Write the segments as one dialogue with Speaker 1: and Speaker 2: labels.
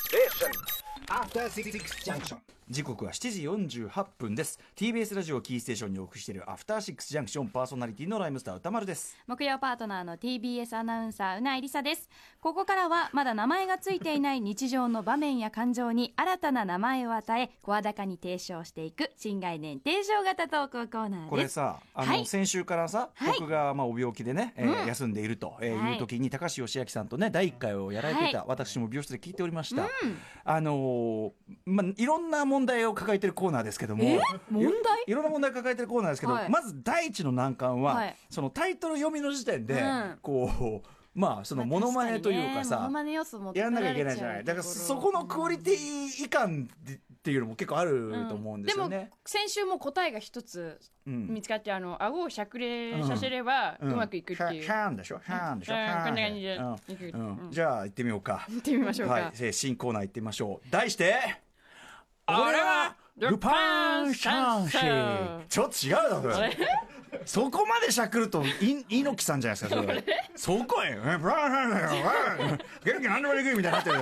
Speaker 1: station. After Six Junction.
Speaker 2: 時刻は7時48分です TBS ラジオをキーステーションにお送りしているアフターシックスジャンクションパーソナリティのライムスター歌丸です
Speaker 3: 木曜パートナーの TBS アナウンサーうないりさですここからはまだ名前がついていない日常の場面や感情に新たな名前を与え声高に提唱していく新概念提唱型トークコーナーです
Speaker 2: これさあの、
Speaker 3: はい
Speaker 2: 先週からさ、
Speaker 3: はい
Speaker 2: 僕がまあお病気でね、えー
Speaker 3: うん
Speaker 2: 休んでいると、えー
Speaker 3: はい
Speaker 2: いう時に高橋義明さんとね第1回をやられてた、
Speaker 3: は
Speaker 2: 私も病室で聞いておりました、あのーまあ、いろんな問題を抱えてるコーナーですけども
Speaker 3: え問題
Speaker 2: いいろんな問題抱えてるコーナーですけど、
Speaker 3: はい
Speaker 2: まず第一の難関は、
Speaker 3: はい
Speaker 2: そのタイトル読みの時点で、
Speaker 3: うん
Speaker 2: こうまあそのモノマネというかさ、
Speaker 3: まあ確にねモノマネ要素も
Speaker 2: やんなきゃいけないじゃないだからそこのクオリティ以感っていうのも結構あると思うんですよ
Speaker 4: で
Speaker 2: ね
Speaker 4: も。先週も答えが一つ
Speaker 2: うん
Speaker 4: 見つかって、あの顎をしゃくれさせればうまくいくっていう、
Speaker 2: ハハンでしょハンでしょ
Speaker 4: うん
Speaker 2: ハン
Speaker 4: こんな感じで
Speaker 2: うん
Speaker 4: いく
Speaker 2: うん
Speaker 4: うん
Speaker 2: じゃあ行ってみようか
Speaker 4: 行ってみましょうか、
Speaker 2: はいえー新コーナー行ってみましょう題して
Speaker 4: 俺はルパン三世
Speaker 2: ちょっと違うだろそれそこまでしゃくるとい猪木さんじゃないですかそれそこへ「うんブランブランブラン元気何でもできる」みたいになってる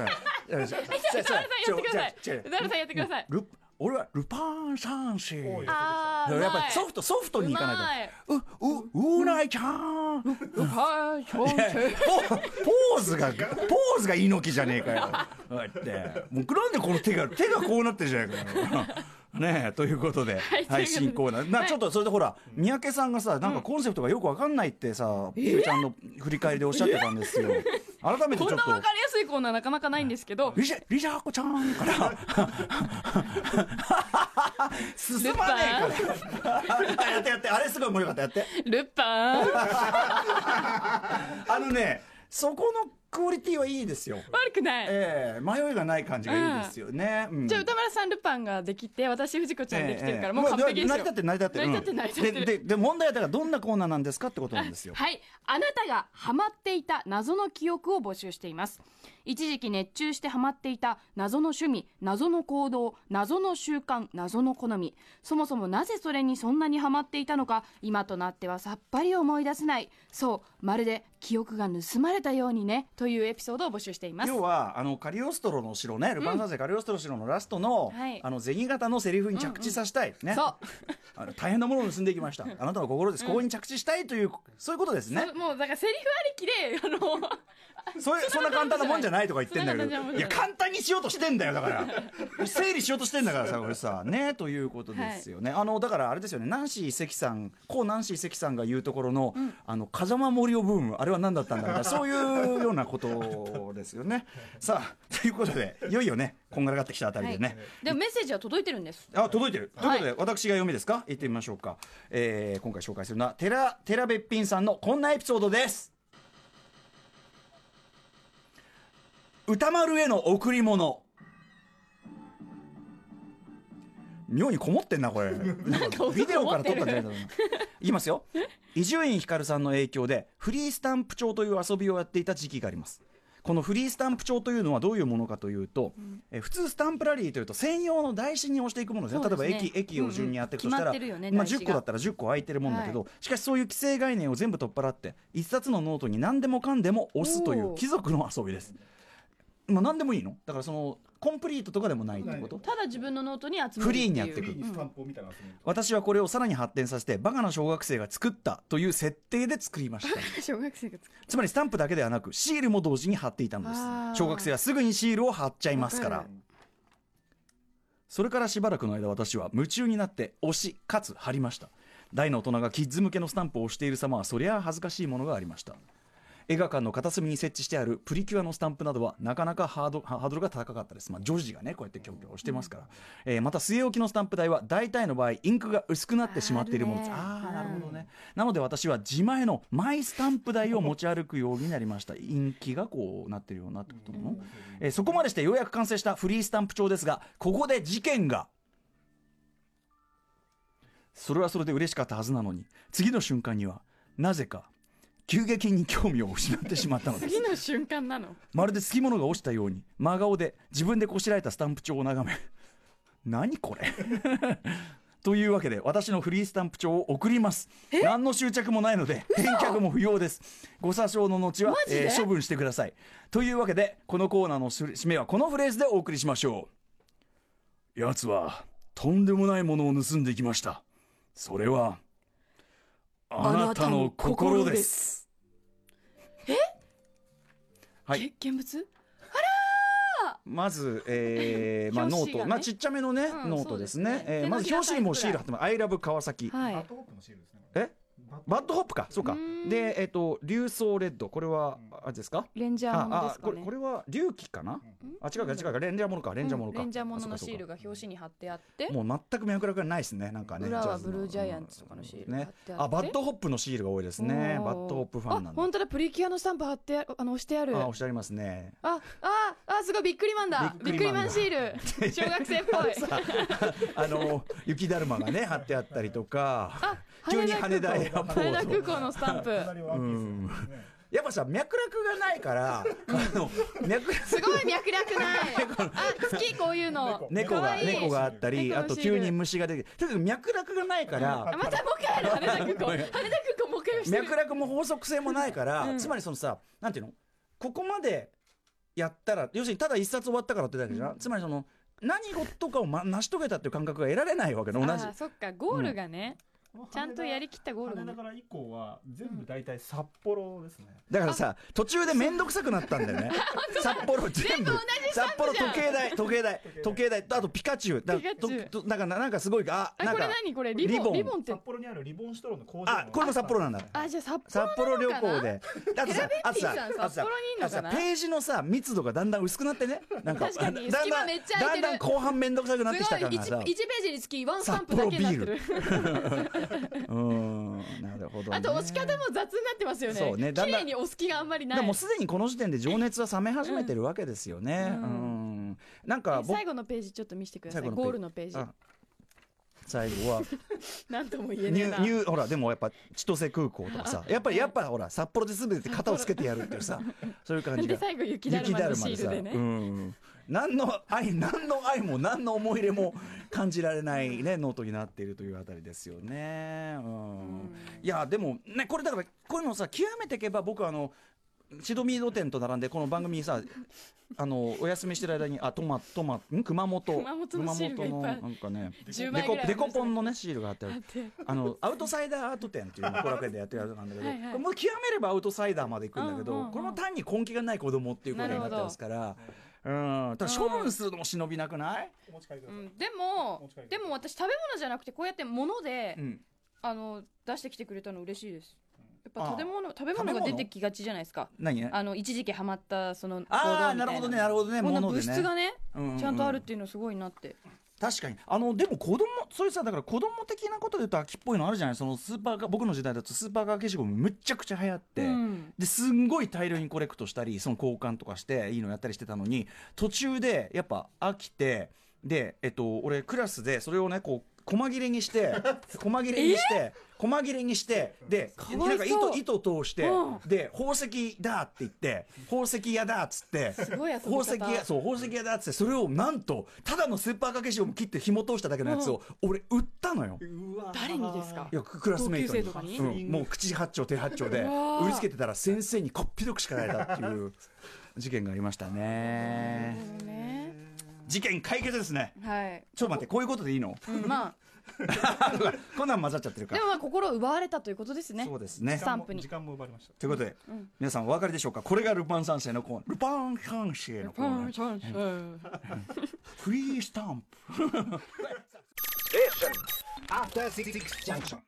Speaker 2: じゃないちょちょ
Speaker 4: 歌丸さんやってください
Speaker 2: ちょちょ
Speaker 4: 歌丸さんやってください、
Speaker 2: ル俺はルパン三世
Speaker 4: あー
Speaker 2: やっぱり
Speaker 4: う
Speaker 2: ソ
Speaker 4: まい
Speaker 2: フトソフトにいかないとうううないちゃんポ
Speaker 4: ルパン三世
Speaker 2: ポーズがポーズが猪木じゃねえかよだってもうなんでこの手が手がこうなってるじゃないかよねえということで、はい新コーナーなちょっとそれでほら三宅さんがさなんかコンセプトがよくわかんないってさピューちゃんの振り返りでおっしゃってたんですよ改めてち
Speaker 4: こ
Speaker 2: ょ
Speaker 4: ん
Speaker 2: っ
Speaker 4: な
Speaker 2: と
Speaker 4: 分かりやすいコーナーなかなかないんですけど
Speaker 2: リジャリジャーコちゃんから進まねえからあやってやってあれすごい盛り上がったやって
Speaker 4: ルパン悪
Speaker 2: あのねそこのクオリティはいいですよ
Speaker 4: くない、
Speaker 2: ええ迷いがない感じがいいですよね、うん
Speaker 4: じゃあ歌丸さんルパンができて私藤子ちゃんできてるから、
Speaker 2: ええ
Speaker 4: もう完璧です
Speaker 2: まあ成り
Speaker 4: よ、
Speaker 2: 立ってる成り立ってる
Speaker 4: 成り立ってる成り立ってる
Speaker 2: ででで問題はだからどんなコーナーなんですかってことなんですよ
Speaker 4: はいあなたがハマっていた謎の記憶を募集しています一時期熱中してハマっていた謎の趣味謎の行動謎の習慣謎の好みそもそもなぜそれにそんなにハマっていたのか今となってはさっぱり思い出せないそうまるで記憶が盗まれたようにねというエピソードを募集しています
Speaker 2: 要はあのカリオストロの城ねルパン三世カリオストロの城のラストの、
Speaker 4: はい
Speaker 2: あの銭形のセリフに着地させたい、ね
Speaker 4: そう
Speaker 2: あの大変なものを盗んでいきましたあなたの心です、ここに着地したいというそういうことですね
Speaker 4: そう もうだからセリフあ りきであの
Speaker 2: それそんな簡単なもんじゃないとか言ってんだけ
Speaker 4: そんな簡単なもん
Speaker 2: どい
Speaker 4: じ
Speaker 2: や
Speaker 4: ゃない
Speaker 2: 簡単にしようとしてんだよだ から整理しようとしてんだからさこれさねということですよね、あのだからあれですよねナンシー関さんこうナンシー関さんが言うところの、あの風間森夫ブームあれは何だったんだろうなそういうようなことですよ ねさあということでいよいよねこんがらがってきたあたりでね、
Speaker 4: でもメッセージは届いてるんです
Speaker 2: あ届いてる、
Speaker 4: はい
Speaker 2: ということで私が読みですか行ってみましょうか、えー今回紹介するのは寺寺べっぴんさんのこんなエピソードです歌丸への贈り物妙にこもってんな これなんかビデオから撮ったんじゃないだろうないきますよ伊集院光さんの影響でフリースタンプ帳という遊びをやっていた時期がありますこのフリースタンプ帳というのはどういうものかというと、え普通スタンプラリーというと専用の台紙に押していくものですね
Speaker 3: そうですね
Speaker 2: 例えば駅駅を順にやっていくとしたら、
Speaker 3: うんうん決まってるよね
Speaker 2: まあ、
Speaker 3: 台紙
Speaker 2: 10
Speaker 3: が
Speaker 2: 個だったら10個空いてるもんだけど、しかしそういう規制概念を全部取っ払って一冊のノートに何でもかんでも押すという
Speaker 3: おー
Speaker 2: 貴族の遊びです、まあ、何でもいいのだからそのコンプリートとかでもないってこと
Speaker 4: ただ自分のノートに集める
Speaker 2: フリーにやってい
Speaker 4: く
Speaker 2: く
Speaker 5: フリーにスタンプを見たら、
Speaker 2: 私はこれをさらに発展させてバカな小学生が作ったという設定で作りました
Speaker 4: 小学生が作っ
Speaker 2: つまりスタンプだけではなくシールも同時に貼っていたので
Speaker 4: あー
Speaker 2: す小学生はすぐにシールを貼っちゃいますから
Speaker 4: わか
Speaker 2: それからしばらくの間私は夢中になって押しかつ貼りました大の大人がキッズ向けのスタンプを押している様はそりゃ恥ずかしいものがありました映画館の片隅に設置してあるプリキュアのスタンプなどはなかなかハードハードルが高かったです、まあ、女児がねこうやってキョロキョロしてますから、えーまた据え置きのスタンプ台は大体の場合インクが薄くなってしまっているものですああーなるほどね、なので私は自前のマイスタンプ台を持ち歩くようになりましたインキがこうなってるようなってことなの、えーそこまでしてようやく完成したフリースタンプ帳ですがここで事件がそれはそれで嬉しかったはずなのに次の瞬間にはなぜか急激に興味を失ってしまったのです
Speaker 4: 次の瞬間なの
Speaker 2: まるで付き物が落ちたように真顔で自分でこしらえたスタンプ帳を眺め何これ というわけで私のフリースタンプ帳を送ります何の執着もないので返却も不要ですご詐称の後は、えー処分してくださいというわけでこのコーナーのす締めはこのフレーズでお送りしましょうやつはとんでもないものを盗んできましたそれはあなたの心ですえはい
Speaker 4: け見物
Speaker 2: まず、えーまあ、ノ
Speaker 4: 表
Speaker 2: ート、
Speaker 4: 紙がね
Speaker 2: まあ、ちっちゃめのね、
Speaker 4: うん
Speaker 2: ノートですね
Speaker 4: そうですね
Speaker 2: えーまず
Speaker 4: 手の
Speaker 2: 表
Speaker 4: ひ
Speaker 2: 紙
Speaker 4: ら
Speaker 2: にもう
Speaker 4: サイ
Speaker 2: シール
Speaker 4: ズくらい
Speaker 2: 貼ってます「アイラブ川崎」
Speaker 4: はい
Speaker 1: ットホップのシールですね。
Speaker 2: え
Speaker 1: バッ
Speaker 2: バッドホップかそうか
Speaker 4: うーん
Speaker 2: でえっ、と流送レッドこれはあれですか
Speaker 4: レンジャーもので
Speaker 2: あ
Speaker 4: す
Speaker 2: あこ
Speaker 4: か
Speaker 2: れ
Speaker 4: ね
Speaker 2: これは隆起かなあ違うか違うかレンジャーものかレンジャーものか、
Speaker 4: うんレンジャーものの
Speaker 2: あそうかそう
Speaker 4: シ
Speaker 2: か
Speaker 4: ールが表紙に貼ってあって
Speaker 2: もう全く脈絡がないですねなんかね
Speaker 4: 裏は
Speaker 2: ジャズの
Speaker 4: ブルージャイアンツとかのシール
Speaker 2: うん
Speaker 4: 貼
Speaker 2: ね
Speaker 4: ってあって
Speaker 2: あバッドホップのシールが多いですね
Speaker 4: おー
Speaker 2: バッドホップファンなん
Speaker 4: あ
Speaker 2: で
Speaker 4: 本当だプリキュアのスタンプ貼ってああの押してある
Speaker 2: あ
Speaker 4: あ
Speaker 2: おっしゃりますね
Speaker 4: あああすごいビックリマンだ
Speaker 2: ビックリ
Speaker 4: ビックリ
Speaker 2: マ
Speaker 4: マ
Speaker 2: ンだ
Speaker 4: ンシ ール小学生っぽい
Speaker 2: あ の雪だるまがね貼ってあったりとか
Speaker 4: あ
Speaker 2: 急に羽田エ
Speaker 4: 空
Speaker 2: アポ
Speaker 4: 港
Speaker 2: ート
Speaker 4: 羽田空港のスタンプ
Speaker 1: 隣ワンピースですね。
Speaker 2: やっぱさ脈絡がないからあの脈絡
Speaker 4: すごい脈絡 ないあ好きこういうの
Speaker 2: 猫
Speaker 4: か
Speaker 2: が
Speaker 4: わいい
Speaker 2: 猫があったり
Speaker 4: 猫の
Speaker 2: あと
Speaker 4: シー
Speaker 2: 急
Speaker 4: ル
Speaker 2: に虫が出てとにかく脈絡がないか
Speaker 4: あ
Speaker 2: ら
Speaker 4: またもう一回ある羽田空港羽田空港もう一回押してる
Speaker 2: 脈絡も法則性もないから、
Speaker 4: うん
Speaker 2: つまりそのさなんていうのここまでやったら要するにただ一冊終わったからってだけじゃん、つまりその何事かを、ま、成し遂げたっていう感覚が得られないわけの同じ
Speaker 5: あーそっかゴールがね、
Speaker 1: もう羽田
Speaker 5: ちゃんとやりきったゴールが
Speaker 1: 羽
Speaker 5: ね
Speaker 1: 田から以降は全部大体札幌ですね。
Speaker 2: だからさ途中で面倒くさくなったんだよね札幌全部札幌時計台時計台時計台あとピカチュウだ
Speaker 5: ピカチュウ
Speaker 2: ととなんかなんかすごいあ
Speaker 5: あ
Speaker 2: なん
Speaker 5: これ
Speaker 2: か
Speaker 5: 何これリボン
Speaker 2: リ
Speaker 5: リ
Speaker 2: ボ
Speaker 5: ボ
Speaker 2: ン
Speaker 5: ン
Speaker 1: 札
Speaker 5: って
Speaker 1: 幌にあるリボンシトロの工場
Speaker 2: あこれも札幌なんだ
Speaker 5: あじゃあ札幌
Speaker 2: 札幌旅行で。あとさ、あと
Speaker 5: ピーさ
Speaker 2: さ
Speaker 5: ん、
Speaker 2: あと
Speaker 5: 札
Speaker 2: さ
Speaker 5: 幌にいん、
Speaker 2: あ
Speaker 5: の
Speaker 2: と
Speaker 5: か
Speaker 2: さ
Speaker 5: な
Speaker 2: ページのさ、密度がだんだん薄くなってね。なんか、
Speaker 5: 確かに
Speaker 2: だん
Speaker 5: 隙
Speaker 2: だ
Speaker 5: 間
Speaker 2: ん
Speaker 5: めっちゃ空いてる
Speaker 2: だんだん後半めんどくさくなってき
Speaker 4: す
Speaker 2: た
Speaker 4: ご
Speaker 2: 感
Speaker 4: い
Speaker 2: が
Speaker 4: 一
Speaker 2: さ。
Speaker 4: 1ページにつきワンスタンプだけになってる
Speaker 2: うん、なるほど、ね。
Speaker 5: あと押し方も雑になってますよね
Speaker 2: そうねだん
Speaker 5: 綺
Speaker 2: だん
Speaker 5: 麗に押す気があんまり
Speaker 2: だ
Speaker 5: な
Speaker 2: からも
Speaker 5: いう
Speaker 2: すでにこの時点で情熱は冷め始めてるわけですよね。う
Speaker 5: うん
Speaker 2: ん。なんか
Speaker 5: え
Speaker 2: 僕
Speaker 5: 最後のページちょっと見せてください
Speaker 2: 最後のページ
Speaker 5: ゴールのページ
Speaker 2: あ最後は
Speaker 5: なんとも言えね
Speaker 2: ニ
Speaker 5: え
Speaker 2: ュ
Speaker 5: な
Speaker 2: ーニューほらでもやっぱ千歳空港とかさやっぱりやっぱほら札幌で全て肩をつけてやるっていうさそういう感
Speaker 5: なん
Speaker 2: じ
Speaker 5: で
Speaker 2: が
Speaker 5: 最後雪だるまのシールでね
Speaker 2: 雪だるまでさうん何の愛何の愛も何の思い入れも感じられない、ね、ノートになっているというあたりですよね。うんいやでもねこれだからこういうのをさ極めていけば僕はあのシドミード店と並んでこの番組にさあのお休みしてる間にあトマトマん熊本
Speaker 5: 熊本のシールがいっぱい
Speaker 2: 熊本のなんかね
Speaker 5: 10
Speaker 2: デ
Speaker 5: 枚
Speaker 2: コ
Speaker 5: ぐらい
Speaker 2: デコポンのねシールがあってある
Speaker 5: あって
Speaker 2: あのアウトサイダーアート展っていう後楽園でやってるやつなんだけど、
Speaker 5: はいはい
Speaker 2: これもう極めればアウトサイダーまで行くんだけど、
Speaker 5: うんうんうん
Speaker 2: これも単に根気がない子供っていうことになってますから。うん、ただ処分するのも忍びなくない、
Speaker 1: お持ち帰りくだ
Speaker 4: う
Speaker 1: さい。
Speaker 4: んでもでも私食べ物じゃなくてこうやって物で
Speaker 2: うん、
Speaker 4: あの出してきてくれたの嬉しいですやっ
Speaker 2: あ
Speaker 4: ぱ食べ物食べ
Speaker 2: 食べ
Speaker 4: 物が
Speaker 2: 物
Speaker 4: 出てきがちじゃないですか
Speaker 2: 何
Speaker 4: あの一時期ハマったその行動みたい
Speaker 2: ああなるほどねなるほどね
Speaker 4: こんな
Speaker 2: 物
Speaker 4: 物
Speaker 2: で
Speaker 4: 質
Speaker 2: ね
Speaker 4: がね
Speaker 2: うんうん
Speaker 4: ちゃんとあるっていうのすごいなって
Speaker 2: 確かにあのでも子供そういうさだから子供的なことで言うと秋っぽいのあるじゃないそのスーパーが僕の時代だとスーパーガー消しゴムむっちゃくちゃ流行って、
Speaker 4: うん
Speaker 2: ですんごい大量にコレクトしたりその交換とかしていいのやったりしてたのに途中でやっぱ飽きてで、えっと、俺クラスでそれをねこう細切れにして 細切れにして細切れにしてで
Speaker 4: わ
Speaker 2: ない
Speaker 4: そうん
Speaker 2: か糸糸通して、
Speaker 4: うん
Speaker 2: で宝石だって言って宝石屋だっつって
Speaker 4: ごい遊び
Speaker 2: 宝
Speaker 4: 方
Speaker 2: 石屋そう宝石屋だっつってそれをなんとただのスーパーかけしを切って紐通しただけのやつを俺売ったのよ。
Speaker 1: うわ
Speaker 4: 誰にですか
Speaker 2: いやククラスメイト
Speaker 4: 同級生とかに
Speaker 2: うん、もう口八丁手八丁で
Speaker 4: うわー
Speaker 2: 売りつけてたら先生にこっぴどく叱られたっていう事件がありましたね
Speaker 4: ね
Speaker 2: 事件解決ですね
Speaker 4: はい
Speaker 2: ちょっと待ってこういうことでいい の
Speaker 4: うんま
Speaker 2: こんなん混ざっちゃってるか
Speaker 4: あでもまあ心を奪われたということですね
Speaker 2: そうですね
Speaker 4: スタンプに
Speaker 1: 時間も奪われました。
Speaker 2: ということで、皆さんお分かりでしょうかこれがルパン三世のコーナールパン三世のコーナー フリースタンプ
Speaker 1: After Six Junction.